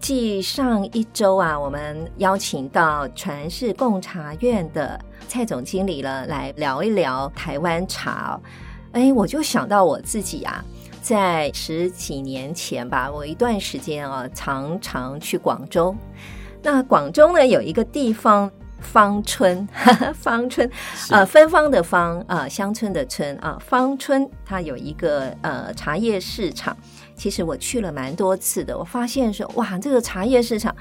继上一周啊，我们邀请到传世贡茶院的蔡总经理了，来聊一聊台湾茶、哦。哎，我就想到我自己啊，在十几年前吧，我一段时间啊，常常去广州。那广州呢，有一个地方芳村， 哈哈芳村，呃，芬芳的芳，呃，乡村的村啊，芳村，它有一个呃茶叶市场。其实我去了蛮多次的，我发现说，哇，这个茶叶市场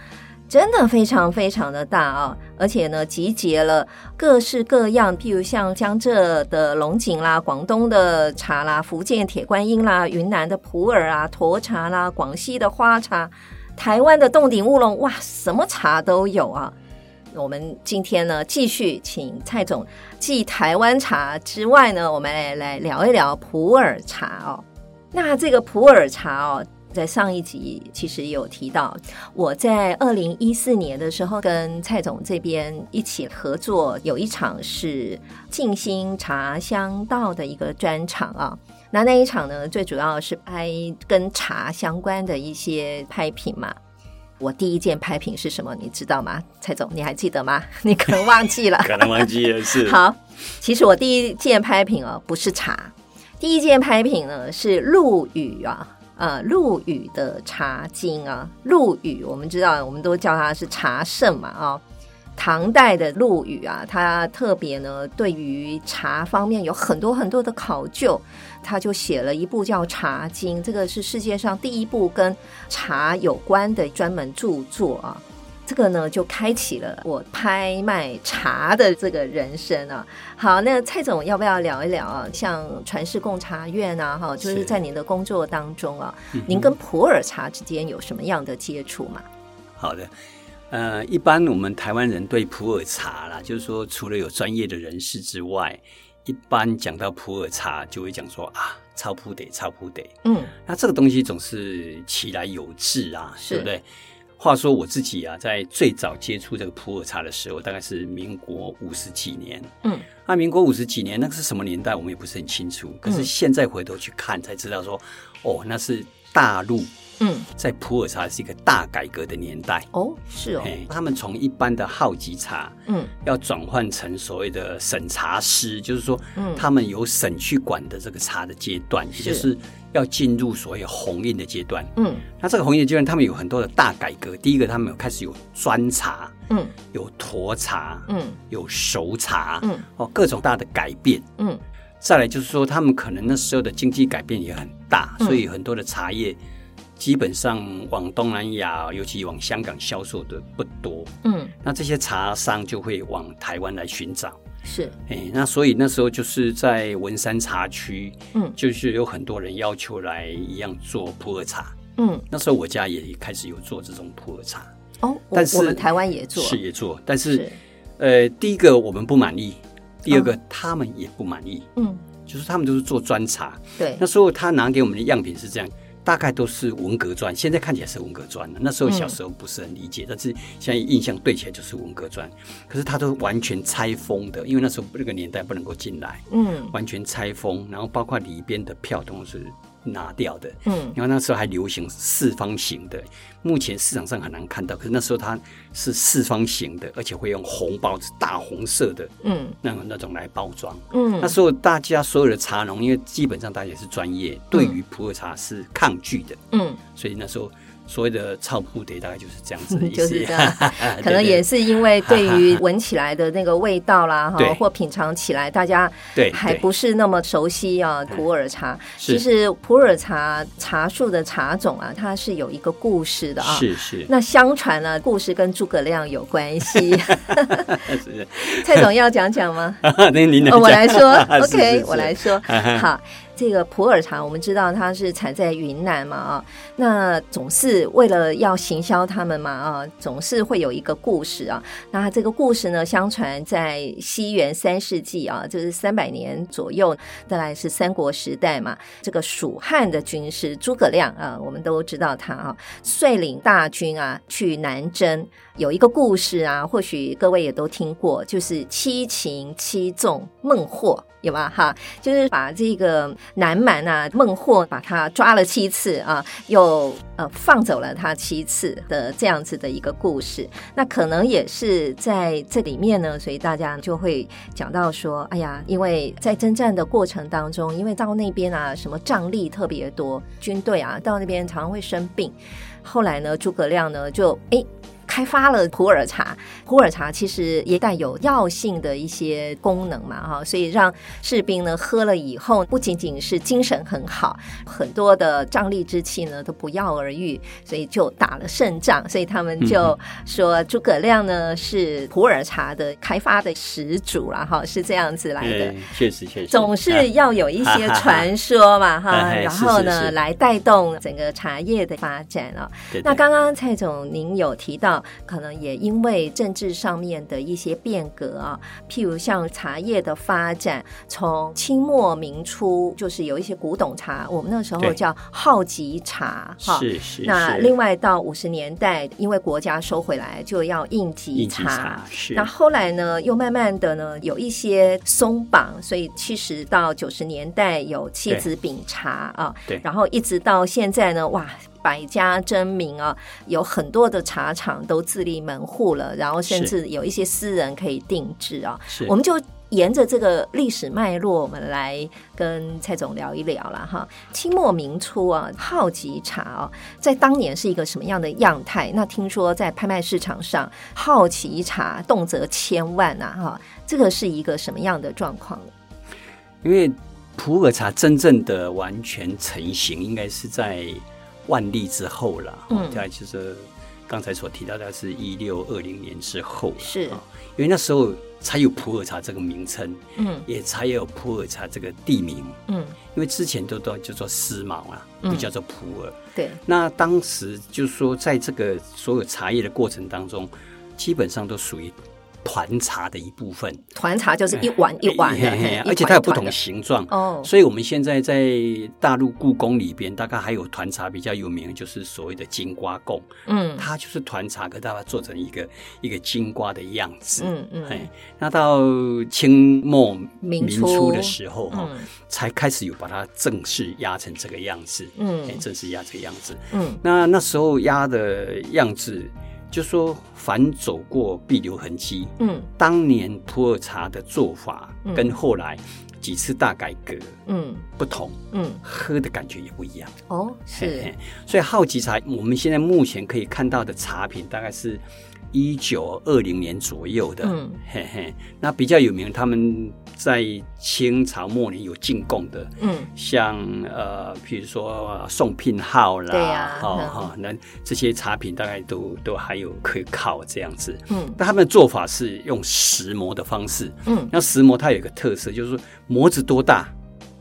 真的非常非常的大啊、而且呢，集结了各式各样，譬如像江浙的龙井啦、广东的茶啦、福建铁观音啦、云南的普洱啊、沱茶啦、广西的花茶、台湾的洞顶乌龙，哇，什么茶都有啊！我们今天呢，继续请蔡总继台湾茶之外呢，我们来来聊一聊普洱茶哦。那这个普洱茶哦，在上一集其实也有提到，我在二零一四年的时候跟蔡总这边一起合作，有一场是静心茶香道的一个专场啊。那那一场呢，最主要是拍跟茶相关的一些拍品嘛。我第一件拍品是什么，你知道吗？蔡总，你还记得吗？ 你可能忘记了。可能忘记了是好，其实我第一件拍品哦，不是茶，第一件拍品呢是陆羽啊，呃，陆羽的茶经啊，陆羽我们知道，我们都叫他是茶圣嘛啊、唐代的陆羽啊，他特别呢对于茶方面有很多很多的考究，他就写了一部叫《茶经》，这个是世界上第一部跟茶有关的专门著作啊。这个呢，就开启了我拍卖茶的这个人生啊。好，那蔡总要不要聊一聊啊？像传世贡茶院啊，哈，就是是在您的工作当中啊，您跟普洱茶之间有什么样的接触吗？好的。呃，一般我们台湾人对普洱茶啦，就是说除了有专业的人士之外，一般讲到普洱茶，就会讲说啊，超普得，超普得。嗯，那这个东西总是其来有志啊，是对不对？话说我自己啊，在最早接触这个普洱茶的时候，大概是民国五十几年。嗯，那民国五十几年那个是什么年代，我们也不是很清楚。嗯可是现在回头去看，才知道说，哦，那是大陆嗯，在普洱茶是一个大改革的年代。哦，是哦，嘿他们从一般的号级茶嗯要转换成所谓的审茶师，就是说嗯，他们由省去管的这个茶的阶段，也就是要进入所谓红印的阶段。嗯那这个红印的阶段，他们有很多的大改革。第一个，他们有开始有砖茶，嗯有沱茶，嗯有熟茶，嗯哦，各种大的改变。嗯再来就是说，他们可能那时候的经济改变也很大，嗯所以很多的茶叶基本上往东南亚，尤其往香港销售的不多。嗯，那这些茶商就会往台湾来寻找。是，哎，那所以那时候就是在文山茶区，嗯就是有很多人要求来一样做普洱茶。嗯那时候我家也开始有做这种普洱茶，哦，我但是我们台湾也做，是也做，但是是呃，第一个我们不满意，第二个、他们也不满意，嗯，就是他们都是做砖茶。对那，时候他拿给我们的样品是这样，大概都是文革砖，现在看起来是文革砖了。那时候小时候不是很理解，但是现在印象对起来就是文革砖。可是它都完全拆封的，因为那时候那个年代不能够进来，嗯完全拆封，然后包括里边的票都是拿掉的。嗯然后那时候还流行四方形的，目前市场上很难看到。可是那时候它是四方形的，而且会用红包大红色的嗯那种那种来包装。那嗯，时候大家所有的茶农，因为基本上大家也是专业，对于普洱茶是抗拒的，嗯，所以那时候所谓的超普得大概就是这样子的意思，就是这样对可能也是因为对于闻起来的那个味道啦，哈对，或品尝起来，大家对，对嗯还不是那么熟悉啊。普洱茶，是其实普洱茶茶树的茶种啊，它是有一个故事的啊。是是那相传呢、故事跟诸葛亮有关系。 是，蔡总要讲讲吗？那您来哦，我来说是是，OK， 是我来说。好，这个普洱茶，我们知道它是产在云南嘛啊，那总是为了要行销他们嘛啊，总是会有一个故事啊。那这个故事呢，相传在西元三世纪啊，就是三百年左右，大概是三国时代嘛。这个蜀汉的军师诸葛亮啊，我们都知道他啊，率领大军啊去南征，有一个故事啊，或许各位也都听过，就是七擒七纵孟获。有吧？哈，就是把这个南蛮啊孟获把他抓了七次啊，又呃放走了他七次的这样子的一个故事。那可能也是在这里面呢，所以大家就会讲到说，哎呀，因为在征战的过程当中，因为到那边啊什么瘴疠特别多，军队啊到那边常常会生病。后来呢，诸葛亮呢就哎。开发了普洱茶，普洱茶其实也带有药性的一些功能嘛，哈，所以让士兵呢喝了以后，不仅仅是精神很好，很多的瘴疠之气呢都不药而愈，所以就打了胜仗，所以他们就说诸葛亮呢是普洱茶的开发的始祖啦，哈，是这样子来的。哎确实确实，总是要有一些传说嘛，哈，哈哈哈然后 哎是呢是是来带动整个茶叶的发展啊、对那对刚刚蔡总您有提到，可能也因为政治上面的一些变革啊，譬如像茶叶的发展，从清末明初就是有一些古董茶，我们那时候对叫号级茶哈。是是那是另外到五十年代，因为国家收回来就要应急应急茶是那后来呢，又慢慢的呢，有一些松绑，所以七十到九十年代有七对子饼茶啊，对然后一直到现在呢，哇。百家争鸣啊，有很多的茶厂都自立门户了，然后甚是至有一些私人可以定制啊。是我们就沿着这个历史脉络，我们来跟蔡总聊一聊了哈。清末明初啊，好集茶啊，在当年是一个什么样的样态？那听说在拍卖市场上，好奇茶动辄千万啊，哈，这个是一个什么样的状况呢？因为普洱茶真正的完全成型，应该是在万历之后了。嗯嗯，大概就是刚才所提到的，是一六二零年之后了。是啊因为那时候才有普洱茶这个名称，嗯也才有普洱茶这个地名。嗯，因为之前都都叫做丝毛啊，嗯不叫做普洱。对，那当时就是说，在这个所有茶叶的过程当中，基本上都属于团茶的一部分。团茶就是一碗嗯一碗的， 嘿嘿嘿而且它有不。一团一团同的形状。哦，所以我们现在在大陆故宫里边，大概还有团茶比较有名，就是所谓的金瓜贡，嗯它就是团茶，可它把它做成一个一个金瓜的样子。嗯嗯哎，那到清末明明初初的时候哈、嗯才开始有把它正式压成这个样子。哎，嗯正式压这个样子。嗯，那那时候压的样子，就说凡走过必留痕迹。嗯当年普洱茶的做法嗯跟后来几次大改革嗯不同，嗯，喝的感觉也不一样。哦，嘿是嘿，所以好奇茶，我们现在目前可以看到的茶品大概是。一九二零年左右的，嗯嘿嘿，那比较有名，他们在清朝末年有进贡的，嗯像呃，譬如说呃宋聘号啦，对呀哈、嗯哈、那这些茶品大概都都还有可以靠这样子。嗯但他们的做法是用石磨的方式，嗯那石磨它有一个特色，就是说模子多大，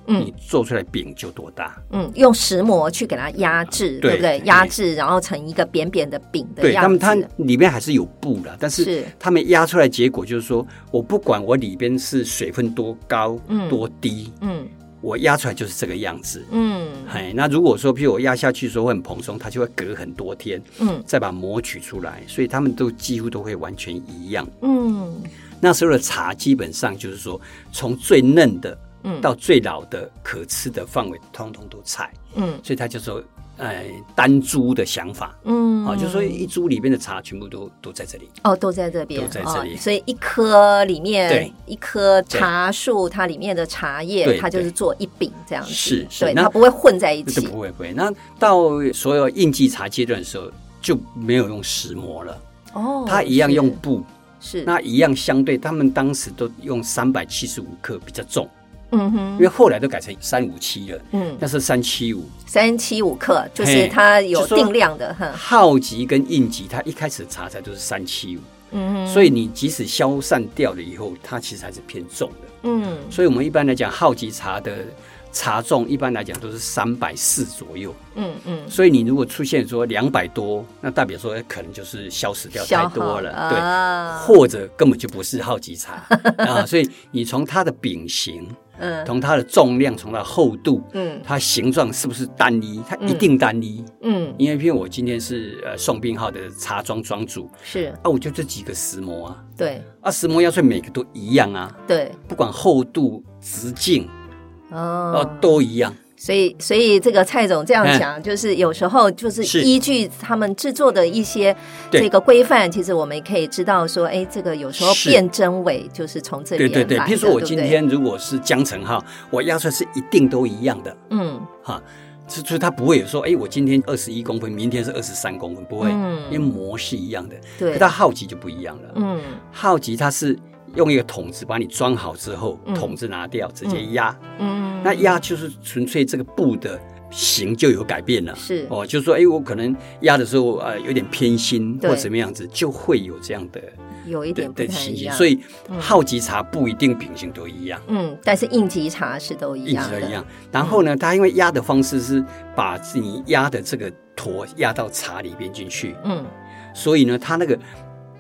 嗯你做出来饼就多大。嗯，用石磨去给它压制，对对不对？嗯压制，然后成一个扁扁的饼的对他样们，子。它里面还是有布的，但是是他们压出来结果就是说，我不管我里边是水分多高、嗯多低，嗯我压出来就是这个样子。嗯哎，那如果说譬如我压下去的时候会很蓬松，它就会隔很多天。嗯再把膜取出来，所以他们都几乎都会完全一样。嗯那时候的茶基本上就是说，从最嫩的嗯到最老的可吃的范围，通通都采，嗯所以它叫做呃单株的想法。嗯啊，就是说一株里面的茶全部都都在这里，哦，都在这边，都在这里哦、所以一颗里面对，一棵茶树，它里面的茶叶，对它就是做一饼这样子，是是对，那它不会混在一这起。不会不会。那到所有应季茶阶段的时候，就没有用石磨了，哦，它一样用布，是，是那一样相对，他们当时都用三百七十五克比较重，嗯因哼，为后来都改成三五七了，嗯，那是三七五，三七五克，就是嘿它有就说定量的，哈，号级跟应急，它一开始查才都是三七五，嗯哼，所以你即使消散掉了以后，它其实还是偏重的。嗯所以我们一般来讲，号级茶的茶重一般来讲都是三百四左右，嗯嗯，所以你如果出现说两百多，那代表说可能就是消失掉太多了，对，啊、或者根本就不是好 奇茶啊。所以你从它的柄形，嗯从它的重量，从它的厚度，嗯它形状是不是单一？它一定单一，嗯，因为因为我今天是呃宋病号的茶庄庄主是啊，我就这几个石磨啊，对啊石磨药水每个都一样啊，对不管厚度、直径啊哦。都一样。所以，所以这个蔡总这样哎讲，就是有时候就是是依据他们制作的一些对这个规范，其实我们可以知道说，哎，这个有时候是辨真伪就是从这对边来对的。对，譬如说我今对天如果是江城号，我压出来是一定都一样的不对嗯哈，是就是它不会有说，哎，我今天二十一公分，明天是二十三公分，不会，嗯因为模是一样的。可对，它好奇就不一样了，嗯好奇它是用一个桶子把你装好之后，嗯桶子拿掉，直接压。嗯，那压就是纯粹这个布的型就有改变了。是哦，就是说，哎、我可能压的时候啊、呃有点偏心对或怎么样子，就会有这样的有一的点不的太情一形。样，所以，好奇茶不一定品行都一样，嗯，但是应急茶是都一一样直的，嗯都一样。然后呢，它因为压的方式是把你压的这个坨压到茶里边进去，嗯所以呢，它那个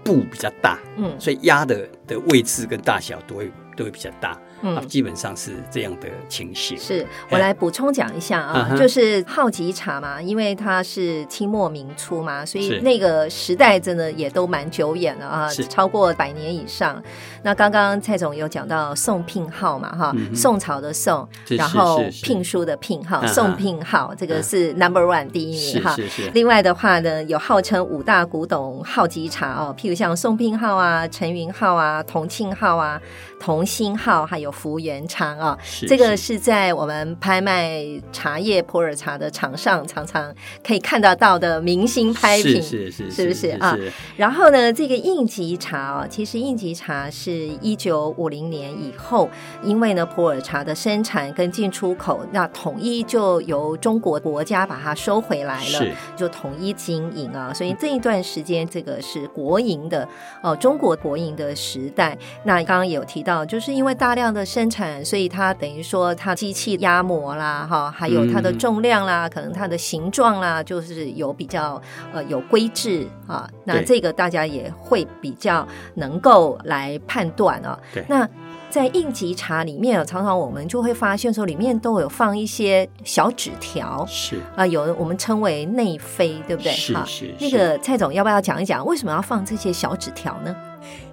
布比较大，嗯所以压的的位置跟大小都会都会比较大。啊，嗯。基本上是这样的情形。是我来补充讲一下哎嗯啊，哼就是好奇茶嘛，因为它是清末明初嘛，所以是那个时代真的也都蛮久远了啊，是超过百年以上。那刚刚蔡总有讲到宋聘号嘛，哈，嗯哼宋朝的宋，是然是后是是聘书的聘号，嗯哼宋聘号这个嗯是 number one 第一是名哈。是是，另外的话呢，有号称五大古董号级茶哦，譬如像宋聘号啊、陈云号啊、同庆号啊、同心号，还有福元昌啊、是这个是是在我们拍卖茶叶普洱茶的场上常常可以看得到的明星拍品。是是是不是啊？然后呢，这个应急茶哦，其实应急茶是一九五零年以后，因为呢普洱茶的生产跟进出口，那统一就由中国国家把它收回来了是，就统一经营啊。所以这一段时间，这个是国营的哦、呃中国国营的时代。那刚刚有提到，就是因为大量的生产，所以它等于说它机器压模啦，哈，还有它的嗯重量啦，可能它的形状啦，就是有比较呃有规制啊。那对这个大家也会比较能够来判断啊对。那在应急茶里面啊，常常我们就会发现说，里面都有放一些小纸条是啊、有我们称为内飞，对不对？是哈是那个蔡总要不要讲一讲，为什么要放这些小纸条呢？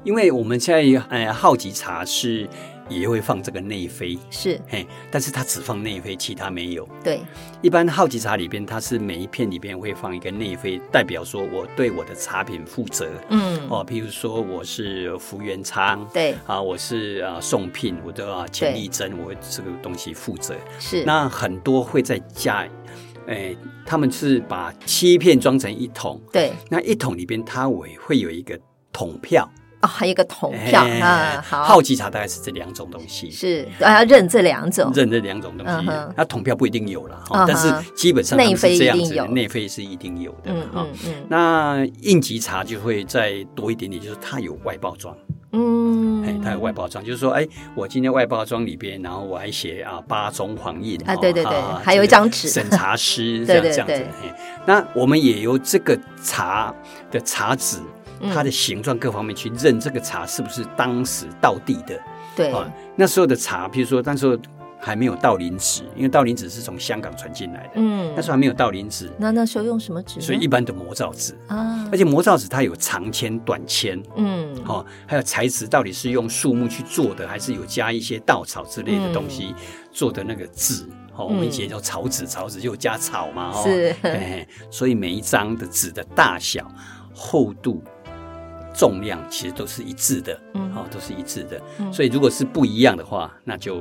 因为我们现在呃好奇茶是也会放这个内飞，是嘿，但是它只放内飞，其他没有。对，一般好奇茶里边，它是每一片里边会放一个内飞，代表说我对我的茶品负责。嗯，哦，譬如说我是福元昌。对，啊，我是啊宋聘，我的啊钱力珍，我为这个东西负责。是那很多会在家，哎，他们是把七片装成一桶，对那一桶里边它会会有一个桶票，哦，还有一个桶票哎啊，好，好奇茶大概是这两种东西，是啊，要认这两种，认这两种东嗯西哼。那桶票不一定有了嗯哼哈，但是基本上他们内非是这样一子定的有，内非是一定有的嗯哈嗯。嗯那应急茶就会再多一点点，就是它有外包装，嗯，哎，它有外包装，就是说，哎，我今天外包装里边，然后我还写啊八中黄印啊哦对对对啊还有一张纸审查 师这对样对这样子对。嘿那我们也由这个茶的茶纸嗯，它的形状各方面去认这个茶是不是当时道地的，对，啊，那时候的茶，譬如说那时候还没有道林纸，因为道林纸是从香港传进来的，嗯那时候还没有道林纸，那那时候用什么纸呢？所以一般的磨造纸，啊而，且磨造纸它有长铅、短铅。嗯，哦，还有材质到底是用树木去做的，还是有加一些稻草之类的东西嗯做的那个纸？哦，我们以前叫草纸，草纸就有加草嘛，哦，是嘿嘿 所以每一张的纸的大小、厚度、重量其实都是一致的，嗯哦，都是一致的。嗯所以如果是不一样的话，那就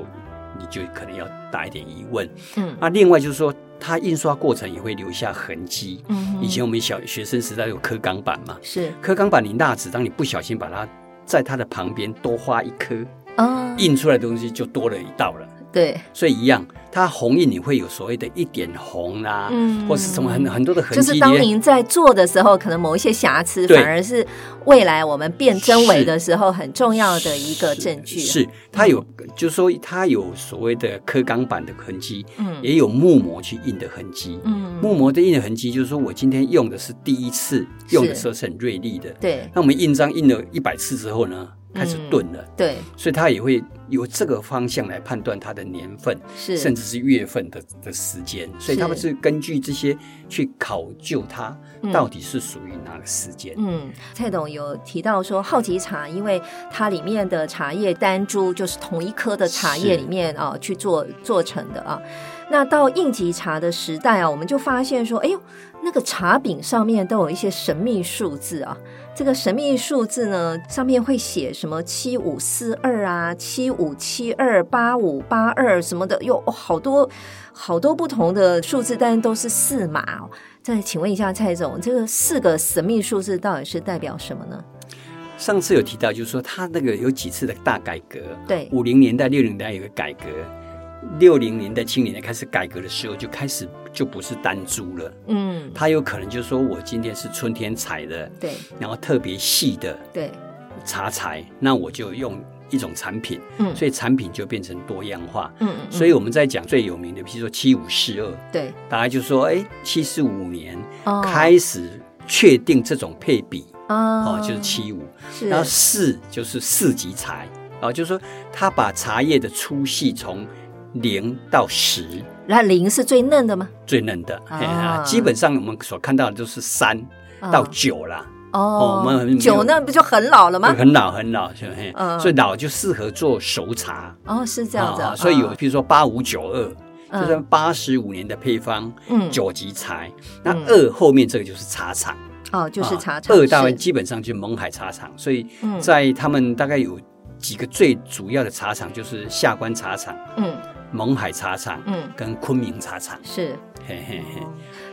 你就可能要打一点疑问。嗯那另外就是说，它印刷过程也会留下痕迹。嗯哼以前我们小学生时代有刻钢板嘛，是刻钢板你蜡纸，当你不小心把它在它的旁边多画一颗，啊，印出来的东西就多了一道了。对，所以一样，它红印你会有所谓的一点红啦、嗯或是什么很很多的痕就迹。是当你也您在做的时候，可能某一些瑕疵，对反而是未来我们辨真伪的时候很重要的一个证据。啊是，它有，就是说它有所谓的刻钢板的痕迹，嗯也有木模去印的痕迹。嗯，木模的印的痕迹，就是说我今天用的是第一次用的时候是很锐利的，对那我们印章印了一百次之后呢，嗯开始钝了，对所以它也会由这个方向来判断它的年份，是，甚至是月份的的时间，所以他们是根据这些去考究它嗯到底是属于哪个时间。嗯，蔡董有提到说，好奇茶，因为它里面的茶叶单株就是同一颗的茶叶里面啊去做做成的啊。那到应急茶的时代啊，我们就发现说，哎呦，那个茶饼上面都有一些神秘数字啊。这个神秘数字呢，上面会写什么七五四二啊、七五七二、八五八二什么的，有哦好多好多不同的数字，但都是四码哦。再请问一下蔡总，这个四个神秘数字到底是代表什么呢？上次有提到，就是说它那个有几次的大改革，对五零年代、六零年代有个改革，六零年代、七零年代开始改革的时候，就开始就不是单株了，嗯，它有可能就是说我今天是春天采的，对然后特别细的对，茶材，那我就用一种产品，嗯所以产品就变成多样化。嗯嗯，所以以我们在讲最有名的，比如说七五四二，对，大家就说，哎，七十五年哦开始确定这种配比，啊哦，就是，七五，是然后四就是四级茶，哦，就是说他把茶叶的粗细从零到十然后零是最嫩的吗？最嫩的，啊哎呀基本上我们所看到的都是三啊到九啦，哦我们没有酒那不就很老了吗就？很老很老，是不是？嗯所以老就适合做熟茶。哦，是这样子啊啊，所以有啊比如说八五九二。嗯就是八十五年的配方，嗯九级茶，那嗯二后面这个就是茶厂，哦，就是茶厂啊二大是基本上就是勐海茶厂，所以嗯在他们大概有几个最主要的茶厂，就是下关茶厂、嗯勐海茶厂嗯跟昆明茶厂。是。嘿嘿嘿，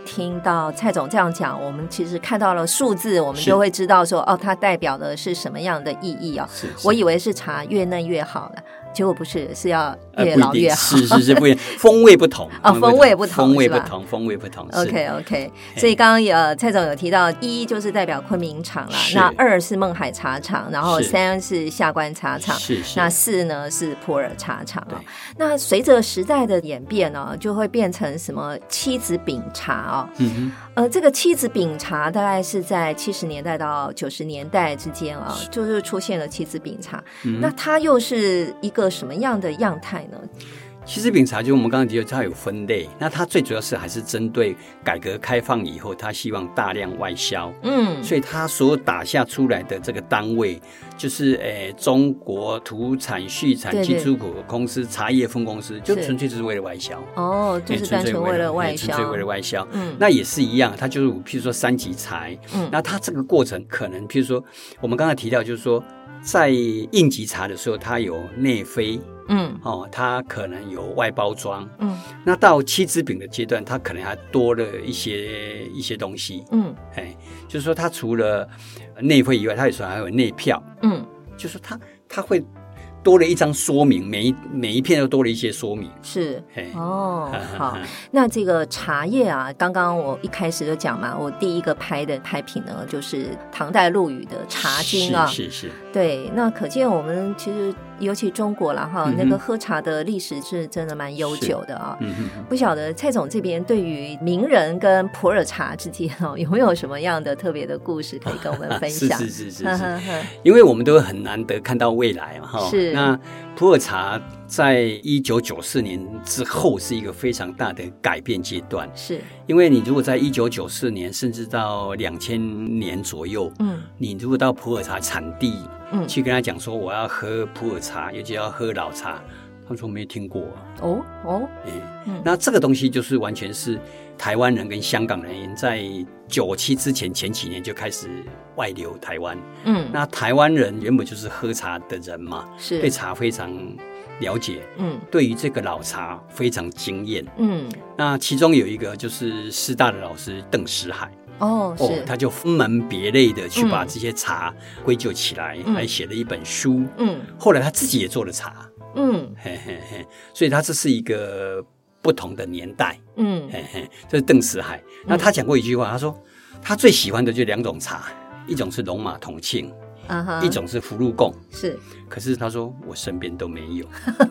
听到蔡总这样讲，我们其实看到了数字，我们是就会知道说，哦，它代表的是什么样的意义啊？是我是以为是茶越嫩越好了，结果不是，是要呃越不一老定越好。是是 是不一样，风味不同啊风味不同风味是不吧同，风味不同。是 OK OK，所以刚刚有呃蔡总有提到，一就是代表昆明厂啦，是那二是勐海茶厂，然后是三是下关茶厂，是是那四呢是普洱茶厂啊对。那随着时代的演变呢、就会变成什么七子饼茶啊、嗯呃，这个七子饼茶大概是在七十年代到九十年代之间啊、就是出现了七子饼茶。嗯那它又是一个什么样的样态呢？哼，其实饼茶就我们刚刚提到，它有分类，那它最主要是还是针对改革开放以后，它希望大量外销，嗯，所以它所打下出来的这个单位，就是诶、呃中国土产畜产对进对出口公司茶叶分公司，就是纯粹是为了外销，哦，就哎是单纯为了外哎销纯粹，为了外销。嗯那也是一样，它就是譬如说三级茶，嗯那它这个过程可能譬如说我们刚才提到，就是说在应急茶的时候，它有内飞嗯哦，它可能有外包装。嗯那到七子饼的阶段，它可能还多了一些一些东西，嗯哎，就是说它除了内会以外，它有时候还有内票，嗯。就是说它它会多了一张说明，每一每一片都多了一些说明。哎是嘿 哦，好，那这个茶叶啊，刚刚我一开始就讲嘛，我第一个拍的拍品呢，就是唐代陆羽的《茶经》啊，是是是，对，那可见我们其实尤其中国了哈，嗯哼那个喝茶的历史是真的蛮悠久的啊。嗯哼哼。不晓得蔡总这边对于名人跟普洱茶之间哦，有没有什么样的特别的故事可以跟我们分享？ 是是是是呵是，呵呵因为我们都很难得看到未来嘛哈。是那普洱茶在一九九四年之后是一个非常大的改变阶段， 是，因为你如果在一九九四年甚至到两千年左右，嗯你如果到普洱茶产地嗯，去跟他讲说我要喝普洱茶，尤其要喝老茶，他们说没听过、啊。哦哦，哎、嗯那这个东西就是完全是台湾人跟香港人在九七之前前几年就开始外流台湾。嗯，那台湾人原本就是喝茶的人嘛，对是，茶非常了解，嗯对于这个老茶非常惊艳。嗯，那其中有一个就是师大的老师邓石海，哦哦是，，他就分门别类的去把嗯这些茶归咎起来，嗯来写了一本书。嗯后来他自己也做了茶，嗯嘿嘿嘿，所以他这是一个不同的年代，嗯，嘿嘿，这是邓石海。那他讲过一句话，他说他最喜欢的就两种茶，一种是龙马同庆，啊哈，一种是福禄贡。是 可是他说我身边都没有，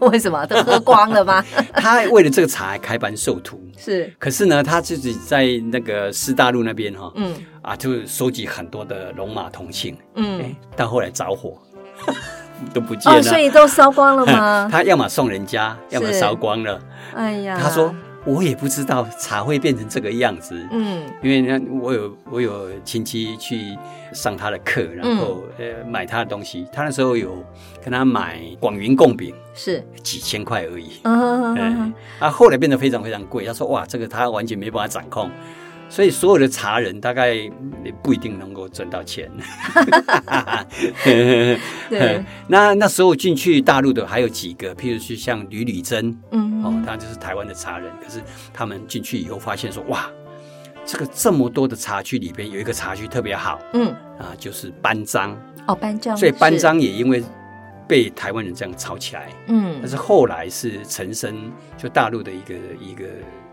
为什么都喝光了 吗？他为了这个茶还开班授徒。是，可是呢，他自己在那个师大陆那边哈、嗯啊，就收集很多的龙马同庆，嗯，但后来着火 都不见了。哦，所以都烧光了吗？ 他要么送人家，要么是烧光了。哎呀，他说：“我也不知道茶会变成这个样子。嗯因为呢，我有我有亲戚去上他的课，嗯然后、呃买他的东西。他那时候有跟他买广云贡饼，是，几千块而已。嗯嗯，啊，后来变得非常非常贵。他说：“哇，这个他完全没办法掌控。”所以所有的茶人大概嗯也不一定能够赚到钱。对， 那那时候进去大陆的还有几个，譬如是像吕吕珍，哦，嗯他就是台湾的茶人，可是他们进去以后发现说，哇，这个这么多的茶区里边有一个茶区特别好嗯，啊，就是班章，哦，班章，所以班是，章也因为被台湾人这样炒起来，但嗯，是后来是陈升就大陆的一个一个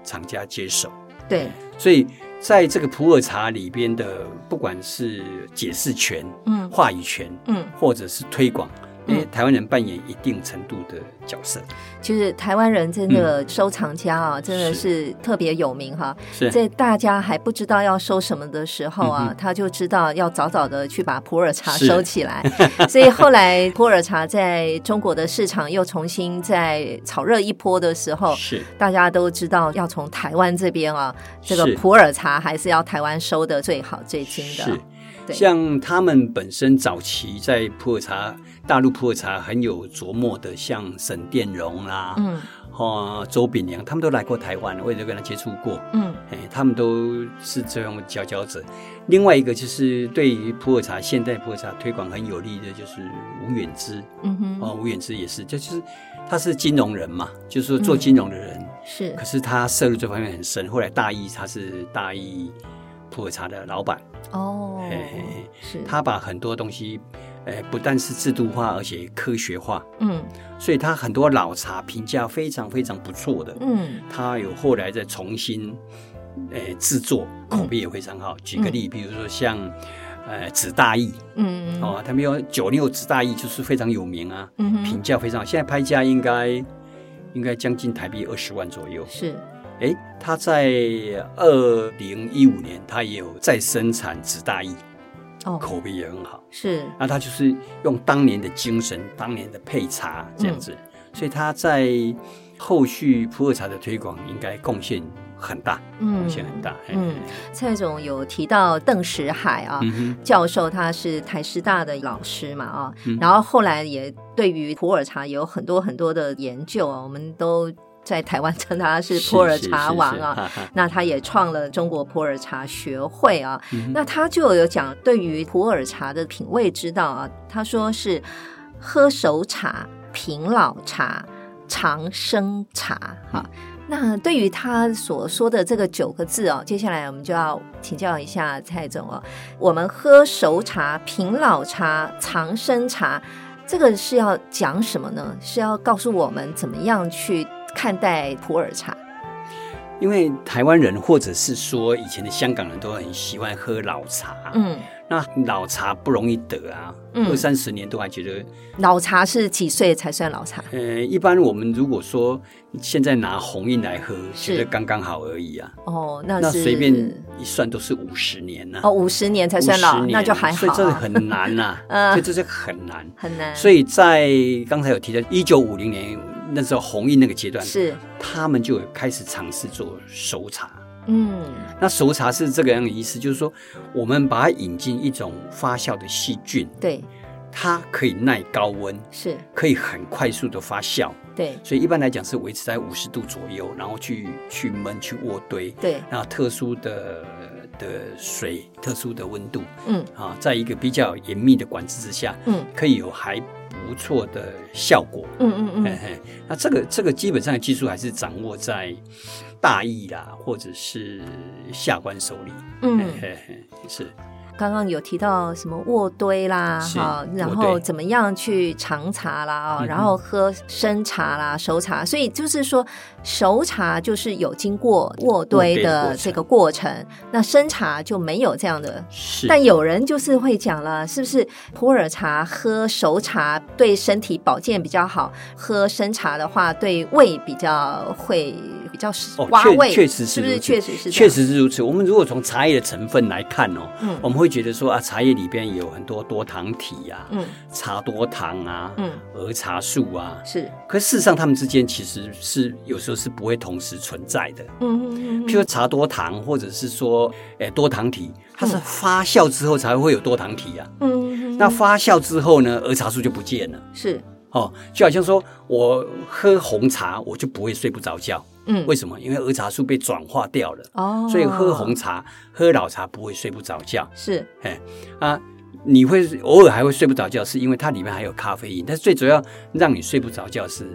厂家接手，对，所以在这个普洱茶里边的，不管是解释权、嗯话语权，嗯，或者是推广，嗯因为台湾人扮演一定程度的角色，就是台湾人真嗯的收藏家啊，真的是特别有名哈。 是在大家还不知道要收什么的时候啊，嗯他就知道要早早的去把普洱茶是收起来。 所以后来普洱茶在中国的市场又重新再炒热一波的时候。是。大家都知道，要从台湾这边啊，这个是普洱茶还是要台湾收的最好最精的是。，对像他们本身早期在普洱茶、大陆普洱茶很有琢磨的，像沈殿荣啦、嗯哦周炳良，他们都来过台湾，我也都跟他接触过。嗯哎，他们都是这样的佼佼者。另外一个就是对于普洱茶、现代普洱茶推广很有利的，就是吴远之嗯哼，哦，吴远之也是，就就是他是金融人嘛，就是说嗯做金融的人，是可是他涉入这方面很深。后来大义他是大义普洱茶的老板，哦嘿嘿嘿，是他把很多东西，呃，不但是制度化，而且科学化，嗯所以他很多老茶评价非常非常不错的。嗯他有后来再重新，呃，制作嗯口碑也非常好。举个例，比如说像，呃，紫大意嗯哦，他们有九六紫大意就是非常有名啊，嗯哼评价非常好。现在拍价应该应该将近台币二十万左右。是诶，他在二零一五年他也有再生产紫大意，哦口碑也很好。是那他就是用当年的精神、当年的配茶嗯这样子，所以他在后续普洱茶的推广应该贡献很大，嗯贡献很大。哎嗯，蔡总有提到邓石海啊。嗯哼，教授他是台师大的老师嘛啊，嗯然后后来也对于普洱茶有很多很多的研究啊，我们都在台湾称他是普洱茶王啊。是，是是哈哈那他也创了中国普洱茶学会啊，嗯哼那他就有讲对于普洱茶的品味之道啊，他说是喝熟茶、品老茶、长生茶哈、嗯那对于他所说的这个九个字哦，接下来我们就要请教一下蔡总哦。我们喝熟茶、品老茶、长生茶，这个是要讲什么呢？是要告诉我们怎么样去看待普洱茶？因为台湾人或者是说以前的香港人都很喜欢喝老茶，嗯，那老茶不容易得啊，嗯二三十年都还觉得老茶是几岁才算老茶？呃，一般我们如果说现在拿红印来喝，是觉得刚刚好而已啊。哦，那那是随便一算都是五十年啊呐、哦，五十年才算老50，年那就还好、所以这啊，很难呐、 嗯所以这是很难。很难。所以在刚才有提到，一九五零年那时候红印那个阶段，是，他们就有开始尝试做熟茶。嗯那熟茶是这个样的意思，就是说我们把它引进一种发酵的细菌，对，它可以耐高温，是，可以很快速的发酵，对所以一般来讲是维持在五十度左右，然后去去焖去渥堆，对，那特殊的的水特殊的温度嗯啊，在一个比较严密的管制之下，嗯可以有还不错的效果。嗯嗯嘿嗯嘿，那这个这个基本上的技术还是掌握在大意啦，或者是下官手里。嘿嗯，嘿嘿，是刚刚有提到什么卧堆啦，是哈，然卧后堆怎么样去尝茶啦，哦，嗯然后喝生茶啦、熟茶，所以就是说熟茶就是有经过卧堆堆的的过这个过程，那生茶就没有这样的。是。但有人就是会讲了，是不是普洱茶喝熟茶对身体保健比较好，喝生茶的话对胃比较会比较哦挖确胃，确实是是不如是此确实是这确样实是如此。我们如果从茶叶的成分来看哦，嗯我们会觉得说啊，茶叶里边有很多多糖体呀、嗯茶多糖啊，嗯儿茶素啊。是可事实上，它们之间其实是有时候是不会同时存在的。嗯嗯嗯嗯譬如说茶多糖，或者是说，诶、多糖体，它是发酵之后才会有多糖体啊。嗯嗯那发酵之后呢，儿茶素就不见了。是哦，就好像说我喝红茶，我就不会睡不着觉。嗯为什么？因为儿茶素被转化掉了。哦，所以喝红茶、喝老茶不会睡不着觉，是哎啊，你会偶尔还会睡不着觉，是因为它里面还有咖啡因，但是最主要让你睡不着觉是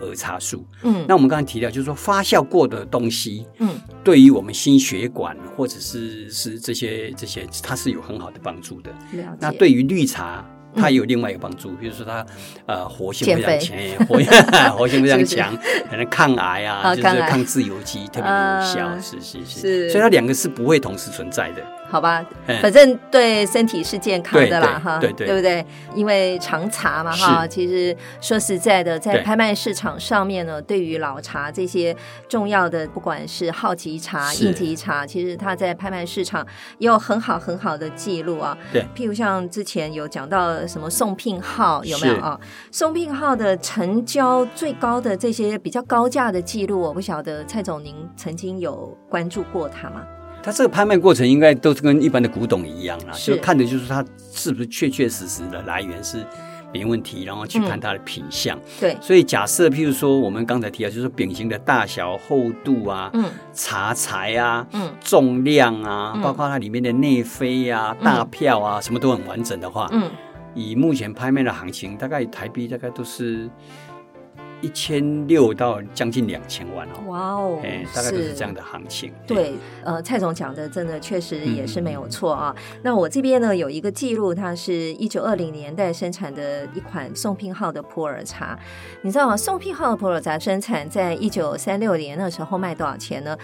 儿茶素。嗯那我们刚才提到，就是说发酵过的东西，嗯对于我们心血管或者是是这些这些，它是有很好的帮助的。了解那对于绿茶。它也有另外一个帮助，比如说它，呃，活性非常强减， 活活性非常强，可能抗癌啊，啊就是抗癌抗自由基特别有效，啊是是是，是所以它两个是不会同时存在的。好吧，嗯反正对身体是健康的啦，哈，对对对对不对？因为常茶嘛，哈，是其实说实在的，在对拍卖市场上面呢，对于老茶这些重要的，不管是号级茶、是应急茶，其实它在拍卖市场也有很好很好的记录啊。对，譬如像之前有讲到什么宋聘号有没有是啊？宋聘号的成交最高的这些比较高价的记录，我不晓得蔡总您曾经有关注过它吗？它这个拍卖过程应该都是跟一般的古董一样啦，是就看的就是它是不是确确实实的来源是没问题，然后嗯去看它的品相。对，所以假设譬如说我们刚才提到，就是饼型的大小、厚度啊，嗯茶材啊。嗯重量啊嗯，包括它里面的内飞啊、嗯大票啊，什么都很完整的话，嗯。以目前拍卖的行情，大概台币大概都是一千六到将近两千万哦，哇哦，哎，大概都是这样。的嗯行情。对，呃，蔡总讲的真的确实也是没有错啊。那我这边呢有一个记录，它是一九二零年代生产的一款宋聘号的普洱茶。你知道吗？宋聘号的普洱茶生产在一九三六年的时候卖多少钱呢？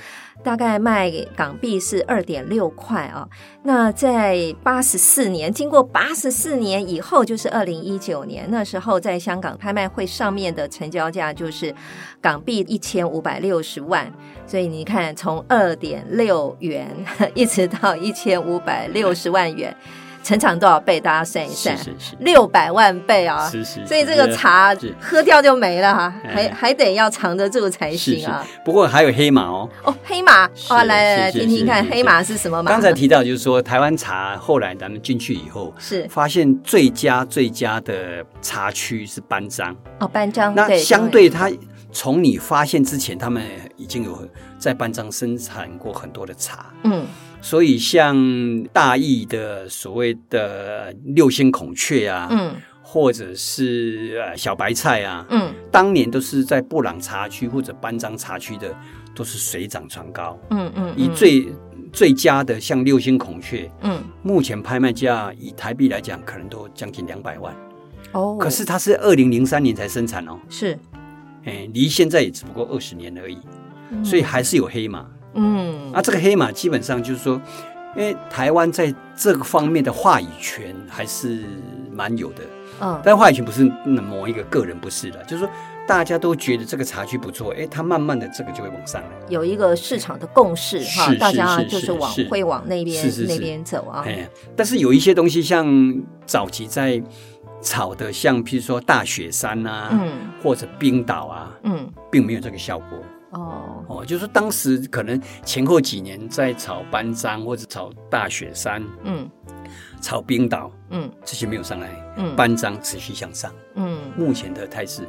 大概卖港币是二点六块啊。那在八十四年，经过八十四年以后，就是二零一九年那时候，在香港拍卖会上面的成交价就是港币一千五百六十万。所以你看，从二点六元一直到一千五百六十万元，成长多少倍？大家算一算哎是，是是六百万倍啊！是是，所以是这个茶是喝掉就没了哈，哎还还得要藏得住才是行是啊。，不过还有黑马哦。哦，黑马是哦，来来来，是是听听看是是黑马是什么马？刚才提到就是说，台湾茶后来咱们进去以后，是发现最佳最佳的茶区是班章，哦，班章那对，相对它。从你发现之前，他们已经有在班章生产过很多的茶，嗯所以像大邑的所谓的六星孔雀啊，嗯或者是呃小白菜啊，嗯当年都是在布朗茶区或者班章茶区的，都是水涨船高。嗯嗯，以嗯最最佳的像六星孔雀，嗯目前拍卖价以台币来讲，可能都将近两百万。哦，可是它是二零零三年才生产哦，是，哎，离现在也只不过二十年而已，所以还是有黑马。嗯啊，这个黑马基本上就是说，因为台湾在这个方面的话语权还是蛮有的。嗯但话语权不是嗯某一个个人不是的，就是说大家都觉得这个茶区不错，哎，它慢慢的这个就会往上来。有一个市场的共识哈是，大家是是就是是往是会往那边是是那是边走啊。哎，但是有一些东西，像早期在炒的，像譬如说大雪山啊，嗯或者冰岛啊，嗯并没有这个效果。哦，哦，就是说当时可能前后几年在炒班章或者炒大雪山、嗯炒冰岛嗯这些没有上来，嗯班章持续向上，嗯。目前的态势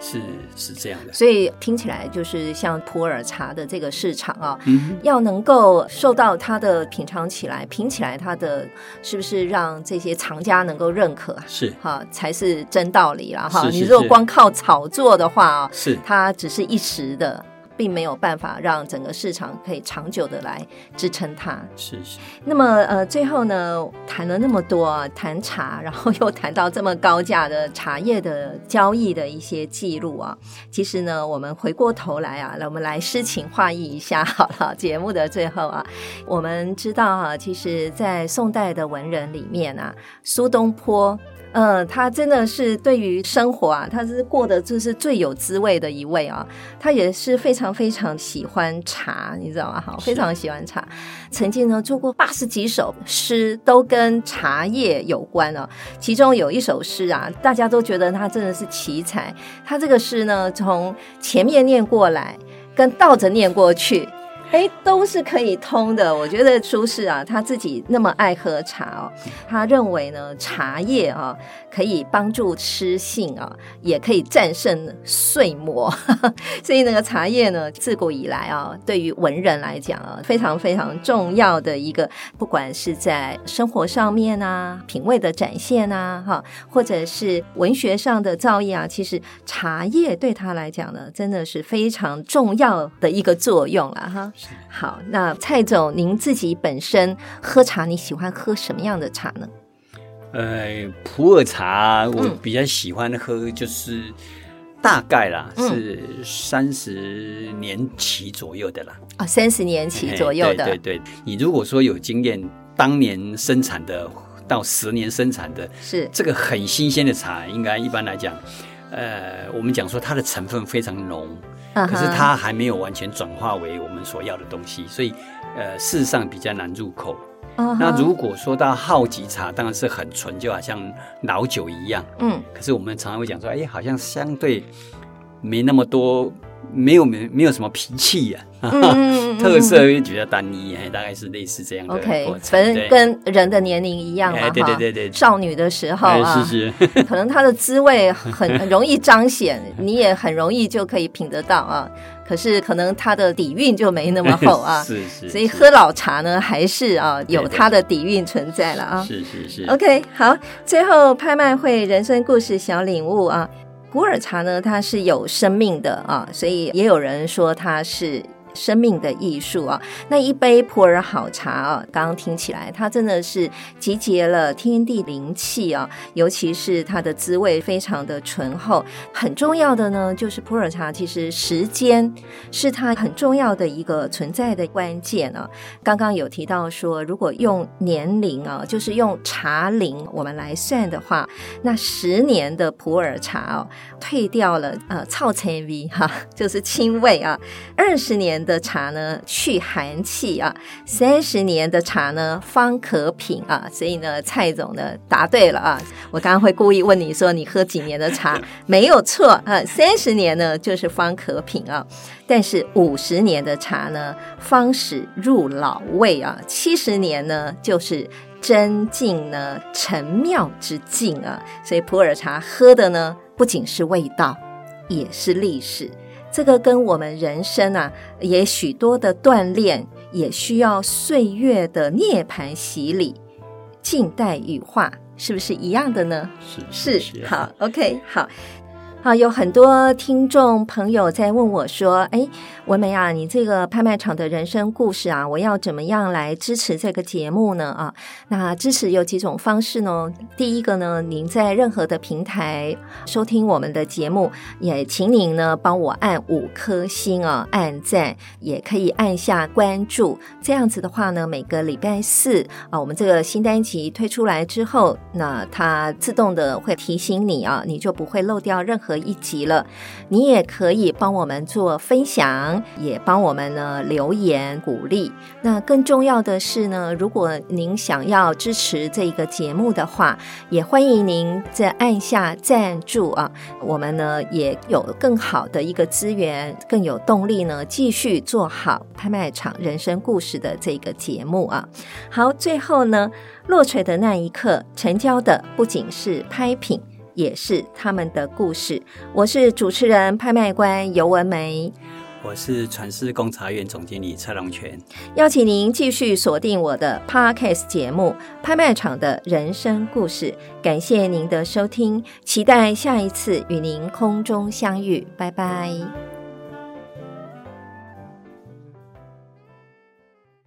是是这样的。所以听起来就是像普洱茶的这个市场啊，嗯要能够受到它的品尝起来、品起来，它的是不是让这些藏家能够认可啊？哼，是哈，才是真道理了哈。是是你如果是光靠炒作的话啊，是它只是一时的，并没有办法让整个市场可以长久的来支撑它。是是，那么呃，最后呢，谈了那么多啊，谈茶，然后又谈到这么高价的茶叶的交易的一些记录啊。其实呢，我们回过头来啊，来我们来诗情画意一下好了。节目的最后啊，我们知道啊，其实，在宋代的文人里面啊，苏东坡。呃，他真的是对于生活啊，他是过得就是最有滋味的一位啊。他也是非常非常喜欢茶，你知道吗？好，是非常喜欢茶。曾经呢做过八十几首诗，都跟茶叶有关哦。其中有一首诗啊，大家都觉得他真的是奇才。他这个诗呢，从前面念过来，跟倒着念过去。哎，都是可以通的。我觉得苏轼啊，他自己那么爱喝茶哦，他认为呢，茶叶啊可以帮助诗性啊，也可以战胜睡魔。 所以那个茶叶呢，自古以来啊，对于文人来讲啊，非常非常重要的一个，不管是在生活上面啊，品味的展现啊，哈，或者是文学上的造诣啊，其实茶叶对他来讲呢，真的是非常重要的一个作用了哈。是好，那蔡总，您自己本身喝茶，你喜欢喝什么样的茶呢？呃，普洱茶我嗯比较喜欢喝，就是大概啦、嗯是三十年起左右的啦，啊、三十年起左右的，嘿对对对，你如果说有经验，当年生产的到十年生产的是，这个很新鲜的茶，应该一般来讲，呃，我们讲说它的成分非常浓，可可是它还没有完全转化为我们所要的东西，所以呃，事实上比较难入啊口。嗯那如果说到好级茶，当然是很纯，就好像老酒一样。 嗯可是我们常常会讲说，哎，好像相对没那么多，没有没没有什么脾气呀、嗯嗯嗯嗯嗯特色会比较单一，哎，大概是类似这样的过 OK，程。反正对跟人的年龄一样嘛，哎对哈对对对少女的时候哎啊，是是可能它的滋味很很容易彰显，你也很容易就可以品得到啊。可是可能它的底蕴就没那么 厚啊，是 是，所以是喝老茶呢，还是啊有对对它的底蕴存在了啊。是是是 OK，好，最后拍卖会人生故事小领悟啊，普洱茶呢，它是有生命的啊，所以也有人说它是。生命的艺术啊，那一杯普洱好茶啊，刚刚听起来它真的是集结了天地灵气啊，尤其是它的滋味非常的醇厚。很重要的呢，就是普洱茶其实时间是它很重要的一个存在的关键啊。刚刚有提到说，如果用年龄啊，就是用茶龄我们来算的话，那十年的普洱茶哦，退掉了呃草陈味哈、啊 就是清味啊；二十年的茶呢，去寒气啊；三十年的茶呢，方可品啊。所以呢，蔡总呢答对了啊。我刚刚会故意问你说你喝几年的茶，没有错啊，三十年呢就是方可品啊。但是五十年的茶呢，方始入老味啊；七十年呢，就是真境呢沉妙之境啊。所以普洱茶喝的呢，不仅是味道，也是历史。这个跟我们人生啊，也许多的锻炼，也需要岁月的涅槃洗礼。近代羽化是不是一样的呢？是是好，OK，好。好，有很多听众朋友在问我说：“哎，文梅啊，你这个拍卖场的人生故事啊，我要怎么样来支持这个节目呢？”啊，那支持有几种方式呢？第一个呢，您在任何的平台收听我们的节目，也请您呢帮我按五颗星啊，按赞，也可以按下关注。这样子的话呢，每个礼拜四啊，我们这个新单集推出来之后，那它自动的会提醒你啊，你就不会漏掉任何何一集了。你也可以帮我们做分享，也帮我们呢留言鼓励。那更重要的是呢，如果您想要支持这个节目的话，也欢迎您再按下赞助啊。我们呢也有更好的一个资源，更有动力呢继续做好拍卖场人生故事的这个节目啊。好，最后呢，落锤的那一刻，成交的不仅是拍品。也是他们的故事。我是主持人、拍卖官尤文梅，我是传世工茶院总经理蔡龙泉。邀请您继续锁定我的 Podcast 节目《拍卖场的人生故事》。感谢您的收听，期待下一次与您空中相遇。拜拜。